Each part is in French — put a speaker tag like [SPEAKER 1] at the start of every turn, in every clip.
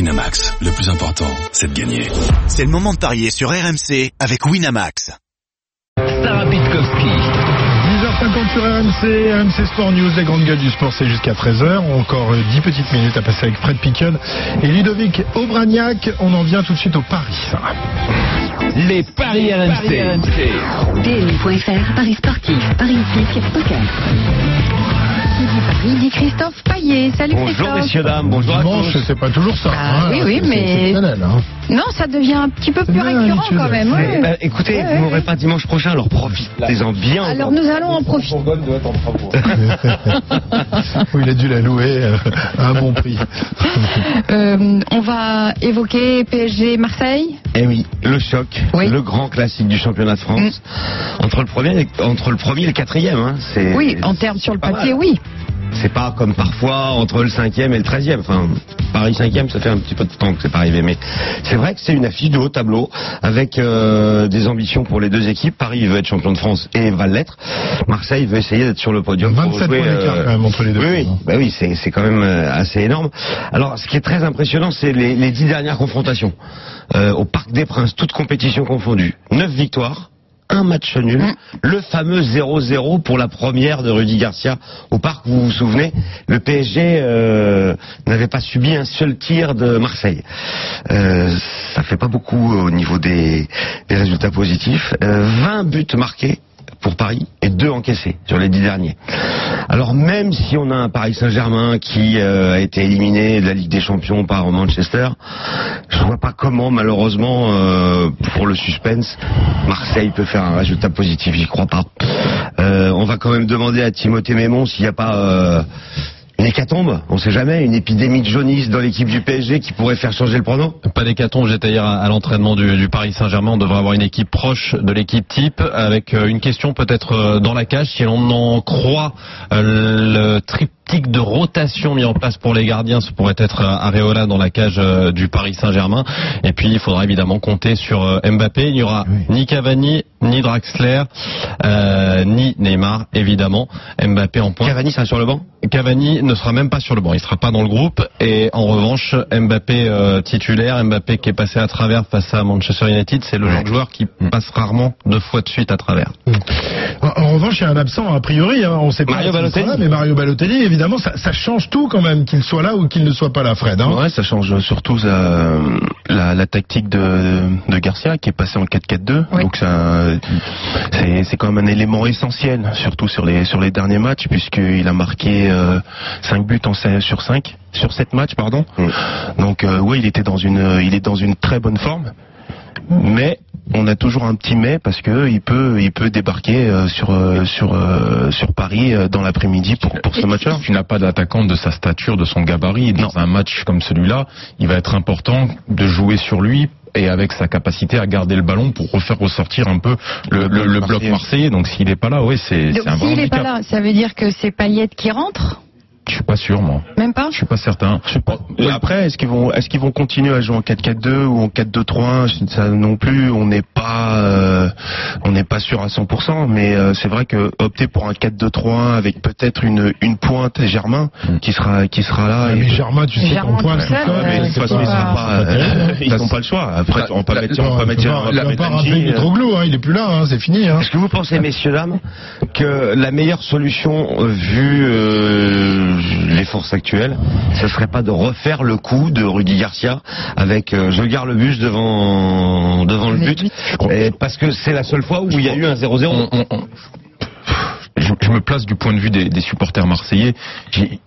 [SPEAKER 1] Winamax, le plus important, c'est de gagner.
[SPEAKER 2] C'est le moment de parier sur RMC avec Winamax.
[SPEAKER 3] Sarah Pitkowski.
[SPEAKER 4] 10h50 sur RMC, RMC Sport News, les grandes gueules du sport, c'est jusqu'à 13h. Encore euh, 10 petites minutes à passer avec Fred Piquen et Ludovic Aubragnac. On en vient tout de suite au Paris. Sarah.
[SPEAKER 3] Les paris RMC.
[SPEAKER 5] PMU.fr, Paris sportif, Paris hippique, poker. Paris dit Christophe Paillet. Salut
[SPEAKER 6] Bonjour
[SPEAKER 5] Christophe.
[SPEAKER 6] messieurs dames, bonjour à
[SPEAKER 4] Dimanche,
[SPEAKER 6] tous.
[SPEAKER 4] c'est pas toujours ça. hein.
[SPEAKER 5] Ah oui, oui,
[SPEAKER 4] c'est- c'est
[SPEAKER 5] mais-
[SPEAKER 4] exceptionnel, hein.
[SPEAKER 5] Non, ça devient un petit peu plus
[SPEAKER 4] bien,
[SPEAKER 5] récurrent
[SPEAKER 4] habitude.
[SPEAKER 5] quand même.
[SPEAKER 4] C'est-
[SPEAKER 5] oui.
[SPEAKER 6] Bah, écoutez,
[SPEAKER 5] Ouais,
[SPEAKER 6] vous
[SPEAKER 5] ouais.
[SPEAKER 6] n'aurez pas dimanche prochain, alors profitez-en bien.
[SPEAKER 5] Alors nous allons en profiter.
[SPEAKER 4] Oui, il a dû la louer euh, à un bon prix.
[SPEAKER 5] Euh, on va évoquer PSG Marseille.
[SPEAKER 6] Eh oui, le choc,
[SPEAKER 5] Oui. Mm.
[SPEAKER 6] le grand classique du championnat de France. Entre le premier et, entre le premier et le quatrième, hein, c'est.
[SPEAKER 5] Oui, en termes sur le
[SPEAKER 6] pas
[SPEAKER 5] papier,
[SPEAKER 6] mal.
[SPEAKER 5] oui.
[SPEAKER 6] C'est pas comme parfois entre le cinquième et le treizième. Enfin, Paris cinquième, ça fait un petit peu de temps que c'est pas arrivé, mais c'est vrai que c'est une affiche de haut tableau avec euh, des ambitions pour les deux équipes. Paris veut être champion de France et va l'être. Marseille veut essayer d'être sur le podium. pour
[SPEAKER 4] 27
[SPEAKER 6] jouer,
[SPEAKER 4] points d'écart,
[SPEAKER 6] euh,
[SPEAKER 4] quand même, entre les deux. hein.
[SPEAKER 6] Oui, oui. Bah oui, c'est c'est quand même euh, assez énorme. Alors, ce qui est très impressionnant, c'est les, les dix dernières confrontations Euh, au Parc des Princes, toutes compétitions confondues. Neuf victoires. Un match nul, le fameux 0-0 pour la première de Rudy Garcia au parc, vous vous souvenez, le PSG euh, n'avait pas subi un seul tir de Marseille. Euh, ça fait pas beaucoup au niveau des, des résultats positifs. Euh, 20 buts marqués pour Paris et deux encaissés sur les dix derniers. Alors même si on a un Paris Saint-Germain qui euh, a été éliminé de la Ligue des Champions par Manchester, je vois pas comment malheureusement euh, pour le suspense Marseille peut faire un résultat positif. J'y crois pas. Euh, on va quand même demander à Timothée Mémon s'il n'y a pas euh, une hécatombe, on sait jamais, une épidémie de jaunisse dans l'équipe du PSG qui pourrait faire changer le pronom.
[SPEAKER 7] Pas d'hécatombe, j'étais hier à, à l'entraînement du, du Paris Saint-Germain. On devrait avoir une équipe proche de l'équipe type, avec euh, une question peut-être euh, dans la cage. Si on en croit euh, le triptyque de rotation mis en place pour les gardiens, ce pourrait être euh, Areola dans la cage euh, du Paris Saint-Germain. Et puis, il faudra évidemment compter sur euh, Mbappé. Il n'y aura ni Cavani, ni Draxler, euh, ni Neymar, évidemment. Mbappé en pointe.
[SPEAKER 6] Cavani sera sur le banc
[SPEAKER 7] Cavani ne sera même pas sur le banc, il sera pas dans le groupe. Et en revanche, Mbappé euh, titulaire, Mbappé qui est passé à travers face à Manchester United, c'est le genre de joueur qui passe rarement deux fois de suite à travers.
[SPEAKER 4] En, en revanche, il y a un absent a priori. hein, on sait pas
[SPEAKER 6] Mario
[SPEAKER 4] s'il sera
[SPEAKER 6] Balotelli.
[SPEAKER 4] là, mais Mario Balotelli, évidemment, ça, ça change tout quand même qu'il soit là ou qu'il ne soit pas là, Fred. hein.
[SPEAKER 8] Ouais, ça change surtout ça, la, la tactique de, de Garcia qui est passé en 4-4-2.
[SPEAKER 5] Oui.
[SPEAKER 8] Donc ça, c'est c'est quand même un élément essentiel, surtout sur les sur les derniers matchs, puisqu'il a marqué 5 buts en, cinq- sur 5 sur 7 matchs, pardon.
[SPEAKER 6] Mm.
[SPEAKER 8] Donc euh, ouais, il était dans une il est dans une très bonne forme, mais on a toujours un petit mais parce que il peut il peut débarquer euh, sur euh, sur euh, sur Paris euh, dans l'après-midi pour pour ce match-là.
[SPEAKER 9] Tu n'as pas d'attaquant de sa stature, de son gabarit. Dans un match comme celui-là, il va être important de jouer sur lui et avec sa capacité à garder le ballon pour refaire ressortir un peu le, le- le bloc
[SPEAKER 8] Marseillais.
[SPEAKER 9] marseillais. Donc s'il n'est pas là, oui, c'est
[SPEAKER 5] Donc
[SPEAKER 9] c'est un vrai
[SPEAKER 5] s'il n'est
[SPEAKER 9] handicap.
[SPEAKER 5] pas là, ça veut dire que c'est Payette qui rentre
[SPEAKER 9] Je suis pas sûr, moi.
[SPEAKER 5] Même pas
[SPEAKER 9] Je suis pas certain.
[SPEAKER 8] Et après, est-ce qu'ils vont, est-ce qu'ils vont continuer à jouer en 4-4-2 ou en 4-2-3 Ça non plus, on n'est pas, euh, on n'est pas sûr à 100%. Mais euh, c'est vrai que opter pour un 4-2-3 avec peut-être une une pointe Germain qui sera qui sera là.
[SPEAKER 4] Hmm. Ah,
[SPEAKER 8] et-
[SPEAKER 4] mais Germain, tu sais
[SPEAKER 5] Germain
[SPEAKER 4] qu'en point,
[SPEAKER 5] tout seul,
[SPEAKER 4] seul,
[SPEAKER 5] euh,
[SPEAKER 8] mais de toute
[SPEAKER 4] c'est
[SPEAKER 8] façon, ils
[SPEAKER 4] pas-
[SPEAKER 8] n'ont pas,
[SPEAKER 4] c'est pas
[SPEAKER 8] euh,
[SPEAKER 4] terrible. Bah,
[SPEAKER 8] ils ont pas le choix. Après, on va pas
[SPEAKER 9] la-
[SPEAKER 8] mettre, on va pas mettre
[SPEAKER 4] Non,
[SPEAKER 8] Germain, on va
[SPEAKER 4] on peut
[SPEAKER 8] mettre
[SPEAKER 4] pas
[SPEAKER 8] Angie,
[SPEAKER 4] rappeler
[SPEAKER 8] euh,
[SPEAKER 4] Mitroglou, hein, il est plus là, hein, c'est fini. hein.
[SPEAKER 6] Est-ce que vous pensez, messieurs, dames, que la meilleure solution, euh, vu euh, les forces actuelles, ce serait pas de refaire le coup de Rudy Garcia avec euh, je garde le bus devant devant le but Et Parce que c'est la seule fois où il y a eu un 0-0.
[SPEAKER 9] On- on- on- je, je me place du point de vue des, des supporters marseillais. J'ai-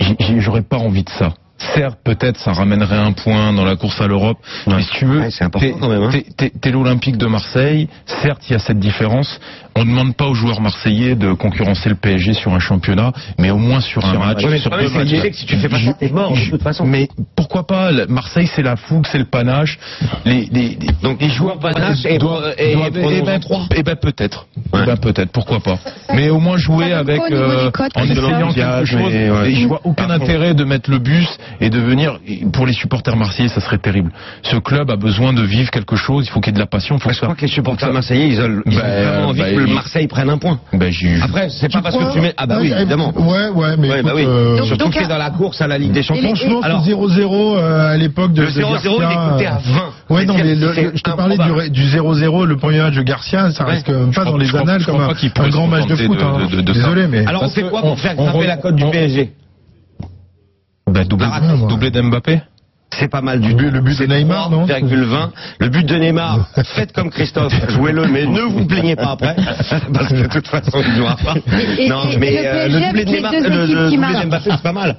[SPEAKER 9] j'ai- j'ai- J'aurais pas envie de ça. Certes, peut-être, ça ramènerait un point dans la course à l'Europe. Mais si tu veux,
[SPEAKER 6] Ouais, c'est important
[SPEAKER 9] t'es-
[SPEAKER 6] quand même, hein.
[SPEAKER 9] t'es- t'es t'es l'Olympique de Marseille. Certes, il y a cette différence. On ne demande pas aux joueurs marseillais de concurrencer le PSG sur un championnat, mais au moins sur, un match.
[SPEAKER 6] Ouais, mais le
[SPEAKER 9] sur
[SPEAKER 6] problème,
[SPEAKER 9] deux
[SPEAKER 6] c'est que
[SPEAKER 9] matchs.
[SPEAKER 6] tu sais que si tu fais pas ça, t'es mort, de toute façon.
[SPEAKER 9] Mais pourquoi pas le- Marseille, c'est la fougue, c'est le panache. Les, les- les-
[SPEAKER 6] Donc,
[SPEAKER 9] les joueurs
[SPEAKER 6] panache et-
[SPEAKER 9] doivent-
[SPEAKER 6] et- et-
[SPEAKER 9] doivent- eh
[SPEAKER 6] et-
[SPEAKER 9] ben, eh ben, peut-être. Eh ben, peut-être, pourquoi pas. Mais au moins jouer
[SPEAKER 5] Ça donne
[SPEAKER 9] avec
[SPEAKER 5] quoi au niveau
[SPEAKER 9] euh,
[SPEAKER 5] des cotes,
[SPEAKER 9] en
[SPEAKER 5] par
[SPEAKER 9] essayant
[SPEAKER 5] exemple
[SPEAKER 9] quelque
[SPEAKER 8] Gage,
[SPEAKER 9] chose.
[SPEAKER 8] mais ouais.
[SPEAKER 9] Et je vois aucun
[SPEAKER 8] Par contre-
[SPEAKER 9] intérêt de mettre le bus et de venir pour les supporters marseillais, ça serait terrible. Ce club a besoin de vivre quelque chose. Il faut qu'il y ait de la passion.
[SPEAKER 6] Bah,
[SPEAKER 9] Faut que
[SPEAKER 6] je crois
[SPEAKER 9] ça.
[SPEAKER 6] que les supporters marseillais, ils ont, ils ont
[SPEAKER 9] Bah,
[SPEAKER 6] vraiment envie
[SPEAKER 9] bah,
[SPEAKER 6] que le
[SPEAKER 9] ils-
[SPEAKER 6] Marseille prenne un point.
[SPEAKER 9] Ben, j'ai-
[SPEAKER 6] Après, c'est pas parce
[SPEAKER 4] crois
[SPEAKER 6] que tu mets. Ah bah oui,
[SPEAKER 4] Ouais,
[SPEAKER 6] évidemment.
[SPEAKER 4] Ouais, ouais, mais
[SPEAKER 6] Ouais,
[SPEAKER 4] écoute,
[SPEAKER 6] bah oui.
[SPEAKER 4] euh,
[SPEAKER 5] Donc,
[SPEAKER 6] Surtout
[SPEAKER 5] donc,
[SPEAKER 6] qu'il est
[SPEAKER 5] à-
[SPEAKER 6] dans la course à la Ligue des Champions.
[SPEAKER 4] Franchement,
[SPEAKER 6] Alors,
[SPEAKER 4] ce 0-0 euh, à l'époque de.
[SPEAKER 6] le
[SPEAKER 4] de
[SPEAKER 6] 0-0, il
[SPEAKER 4] Garcia,
[SPEAKER 6] écoutait à
[SPEAKER 4] euh,
[SPEAKER 6] 20.
[SPEAKER 4] Ouais, non,
[SPEAKER 6] C'est-à-dire
[SPEAKER 4] mais
[SPEAKER 6] que
[SPEAKER 4] le-
[SPEAKER 6] c'est
[SPEAKER 4] je te parlais du
[SPEAKER 6] improbable.
[SPEAKER 4] ré- du 0-0, le premier match de Garcia, ça
[SPEAKER 6] Ouais.
[SPEAKER 4] reste euh, pas
[SPEAKER 9] crois-
[SPEAKER 4] dans
[SPEAKER 9] je
[SPEAKER 4] les
[SPEAKER 9] crois-
[SPEAKER 4] annales
[SPEAKER 9] je
[SPEAKER 4] comme
[SPEAKER 9] crois
[SPEAKER 4] un,
[SPEAKER 9] pas qu'il
[SPEAKER 4] un
[SPEAKER 9] pourrait
[SPEAKER 4] grand
[SPEAKER 9] se
[SPEAKER 4] match de
[SPEAKER 9] contenter
[SPEAKER 4] foot.
[SPEAKER 9] de-
[SPEAKER 4] hein.
[SPEAKER 9] de- de- de ça.
[SPEAKER 4] Désolé, mais.
[SPEAKER 6] Alors, on
[SPEAKER 9] Parce
[SPEAKER 6] fait
[SPEAKER 9] que
[SPEAKER 6] quoi
[SPEAKER 9] on-
[SPEAKER 6] pour faire
[SPEAKER 9] on
[SPEAKER 6] grimper
[SPEAKER 9] re-
[SPEAKER 6] la cote du
[SPEAKER 9] on-
[SPEAKER 6] PSG
[SPEAKER 9] Ben, doublé,
[SPEAKER 6] La raconte, moi.
[SPEAKER 9] doublé d'Mbappé
[SPEAKER 6] C'est pas mal
[SPEAKER 4] Le
[SPEAKER 6] du
[SPEAKER 4] but-
[SPEAKER 6] tout.
[SPEAKER 4] le but de
[SPEAKER 6] C'est
[SPEAKER 4] Neymar, non
[SPEAKER 6] 3,20. Le but de Neymar, faites comme Christophe, jouez-le, mais ne vous plaignez pas après, parce que de toute façon, il ne jouera pas.
[SPEAKER 5] Et-
[SPEAKER 6] non,
[SPEAKER 5] et- et
[SPEAKER 6] mais
[SPEAKER 5] le
[SPEAKER 6] euh, le doublé de
[SPEAKER 5] PSG avec les
[SPEAKER 6] Neymar,
[SPEAKER 5] deux
[SPEAKER 6] le, le
[SPEAKER 5] équipes qui
[SPEAKER 6] doublé
[SPEAKER 5] marquent.
[SPEAKER 6] d'Mbappé, c'est pas mal.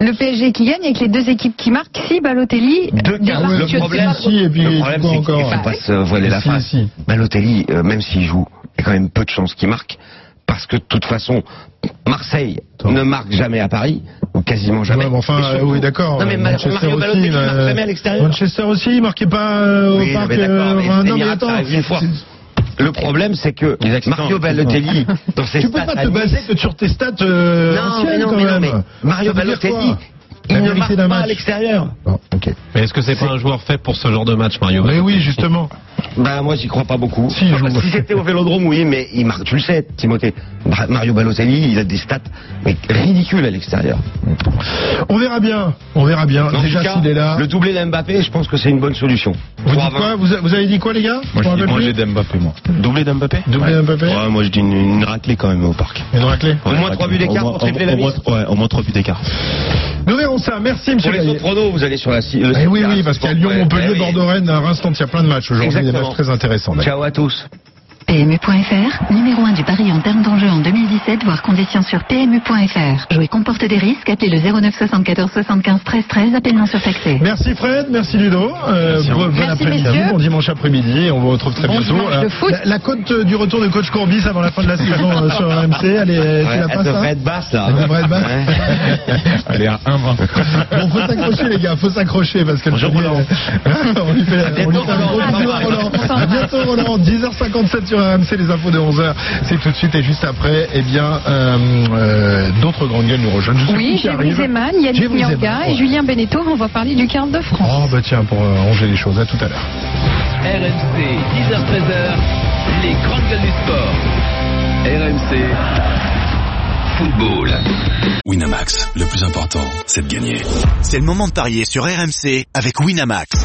[SPEAKER 5] Le PSG qui gagne avec les deux équipes qui marquent, si Balotelli
[SPEAKER 6] Deux cas.
[SPEAKER 5] démarque,
[SPEAKER 6] Le
[SPEAKER 5] je sais
[SPEAKER 6] problème,
[SPEAKER 5] pas trop.
[SPEAKER 4] si, et puis,
[SPEAKER 6] le problème,
[SPEAKER 4] quoi
[SPEAKER 6] c'est qu'il
[SPEAKER 4] encore
[SPEAKER 6] faut pas se voiler la
[SPEAKER 4] Si,
[SPEAKER 6] face.
[SPEAKER 4] si.
[SPEAKER 6] Balotelli, euh, même s'il joue, il y a quand même peu de chances qu'il marque, parce que de toute façon, Marseille ne marque jamais à Paris, ou quasiment jamais.
[SPEAKER 4] Ouais, mais enfin,
[SPEAKER 6] Et surtout-
[SPEAKER 4] euh, oui, d'accord.
[SPEAKER 6] Non, mais Ma-
[SPEAKER 4] Manchester
[SPEAKER 6] Mario
[SPEAKER 4] aussi,
[SPEAKER 6] Balotelli ne marque
[SPEAKER 4] euh,
[SPEAKER 6] jamais à l'extérieur.
[SPEAKER 4] Manchester aussi, il marquait pas euh, au
[SPEAKER 6] Oui, non,
[SPEAKER 4] parc.
[SPEAKER 6] mais d'accord, mais
[SPEAKER 4] euh,
[SPEAKER 6] c'est
[SPEAKER 4] non, mais
[SPEAKER 6] miracle, ça
[SPEAKER 4] attends,
[SPEAKER 6] arrive une fois.
[SPEAKER 4] c'est-
[SPEAKER 6] Le problème, c'est que Mario Balotelli, dans ses
[SPEAKER 4] Tu peux
[SPEAKER 6] stats
[SPEAKER 4] pas
[SPEAKER 6] à
[SPEAKER 4] te
[SPEAKER 6] Nice-
[SPEAKER 4] baser que sur tes stats euh,
[SPEAKER 6] Non, mais
[SPEAKER 4] anciennes,
[SPEAKER 6] non,
[SPEAKER 4] quand
[SPEAKER 6] mais non,
[SPEAKER 4] même.
[SPEAKER 6] mais Mario
[SPEAKER 4] Ça veut dire
[SPEAKER 6] Balotelli,
[SPEAKER 4] quoi La
[SPEAKER 6] il ne
[SPEAKER 4] vérité
[SPEAKER 6] marque
[SPEAKER 4] d'un
[SPEAKER 6] pas à
[SPEAKER 4] match.
[SPEAKER 6] l'extérieur.
[SPEAKER 4] Bon, ok.
[SPEAKER 7] Mais est-ce que c'est pas un joueur fait pour ce genre de match, Mario
[SPEAKER 4] Mais oui, justement.
[SPEAKER 6] Bah moi, j'y crois pas beaucoup.
[SPEAKER 4] Si, il joue.
[SPEAKER 6] Enfin, si c'était au Vélodrome, oui, mais il marque. Tu le sais, Timothée. Bra- Mario Balotelli, il a des stats mais ridicules à l'extérieur.
[SPEAKER 4] On verra bien. On verra bien.
[SPEAKER 6] En tout
[SPEAKER 4] Bah, Déjà,
[SPEAKER 6] cas,
[SPEAKER 4] s'il est là.
[SPEAKER 6] Le doublé d'Mbappé, je pense que c'est une bonne solution.
[SPEAKER 4] Vous
[SPEAKER 6] Trois
[SPEAKER 4] dites quoi vous, a- vous avez dit quoi, les gars Vous
[SPEAKER 9] Moi, je dis-
[SPEAKER 4] rappelez
[SPEAKER 9] moi,
[SPEAKER 4] plus
[SPEAKER 9] j'ai d'Mbappé, moi.
[SPEAKER 8] Doublé d'Mbappé
[SPEAKER 4] Doublé
[SPEAKER 8] Ouais.
[SPEAKER 4] d'Mbappé
[SPEAKER 8] Ouais, moi je dis une, une raclée quand même au parc.
[SPEAKER 4] Une raclée.
[SPEAKER 6] Au moins
[SPEAKER 8] Ouais,
[SPEAKER 6] trois
[SPEAKER 8] raclée.
[SPEAKER 6] buts d'écart
[SPEAKER 8] Au moins-
[SPEAKER 6] pour tripler la
[SPEAKER 8] au moins-
[SPEAKER 6] mise.
[SPEAKER 8] Ouais, au moins 3 buts d'écart.
[SPEAKER 4] Nous verrons ça. Merci, monsieur
[SPEAKER 6] Pour les
[SPEAKER 4] Payet.
[SPEAKER 6] autres pronos, vous allez sur la si-
[SPEAKER 4] Eh
[SPEAKER 6] le
[SPEAKER 4] oui,
[SPEAKER 6] site
[SPEAKER 4] oui,
[SPEAKER 6] de
[SPEAKER 4] parce qu'il y a
[SPEAKER 6] Racing
[SPEAKER 4] Lyon,
[SPEAKER 6] Sport.
[SPEAKER 4] Montpellier,
[SPEAKER 6] Ouais, ouais,
[SPEAKER 4] Bordeaux, Rennes, à Reims, tant il y a plein de matchs aujourd'hui, des
[SPEAKER 6] Exactement.
[SPEAKER 4] matchs très intéressants.
[SPEAKER 6] oui.
[SPEAKER 4] d'ailleurs.
[SPEAKER 6] Ciao à tous.
[SPEAKER 5] PMU.fr, numéro 1 du pari en termes d'enjeu en 2017, voire conditions sur PMU.fr. Jouer comporte des risques, appelez le 09 74 75 13 13, appel non surtaxé.
[SPEAKER 4] Merci Fred, merci Ludo. Euh, bon, bon
[SPEAKER 5] Merci,
[SPEAKER 4] après-midi à
[SPEAKER 5] messieurs.
[SPEAKER 4] vous, bon dimanche après-midi et on vous retrouve très
[SPEAKER 5] Bon
[SPEAKER 4] bientôt.
[SPEAKER 5] dimanche de foot.
[SPEAKER 4] la, la cote euh, du retour de coach Courbis avant la fin de la saison euh, sur RMC, elle est, tu
[SPEAKER 6] Ouais,
[SPEAKER 4] la
[SPEAKER 6] elle
[SPEAKER 4] passes
[SPEAKER 6] devrait
[SPEAKER 4] hein
[SPEAKER 6] être basse là.
[SPEAKER 4] Elle devrait être basse.
[SPEAKER 9] Elle est à 1,20.
[SPEAKER 4] Bon, faut s'accrocher les gars, faut s'accrocher parce que
[SPEAKER 6] Bonjour,
[SPEAKER 4] le- euh,
[SPEAKER 6] Roland.
[SPEAKER 4] on lui fait, on lui
[SPEAKER 6] bientôt,
[SPEAKER 4] fait un gros
[SPEAKER 6] Roland.
[SPEAKER 4] bisou,
[SPEAKER 6] Au
[SPEAKER 4] Roland.
[SPEAKER 6] revoir.
[SPEAKER 4] À bientôt Roland, 10h57 sur RMC, les infos de 11h. C'est tout de suite et juste après, eh bien, euh, euh, d'autres grandes gueules nous rejoignent. Je sais plus
[SPEAKER 10] Oui,
[SPEAKER 4] qui
[SPEAKER 10] Jérémy
[SPEAKER 4] arrive.
[SPEAKER 10] Zeman, Yannick
[SPEAKER 4] Gévry Zeman,
[SPEAKER 10] Nianga
[SPEAKER 4] ouais.
[SPEAKER 10] et Julien Beneteau, on va parler du quart de France.
[SPEAKER 4] Oh bah tiens, pour euh, ranger les choses, à tout à l'heure.
[SPEAKER 3] RMC, 10h-13h, les grandes gueules du sport. RMC, football.
[SPEAKER 1] Winamax, le plus important, c'est de gagner.
[SPEAKER 2] C'est le moment de parier sur RMC avec Winamax.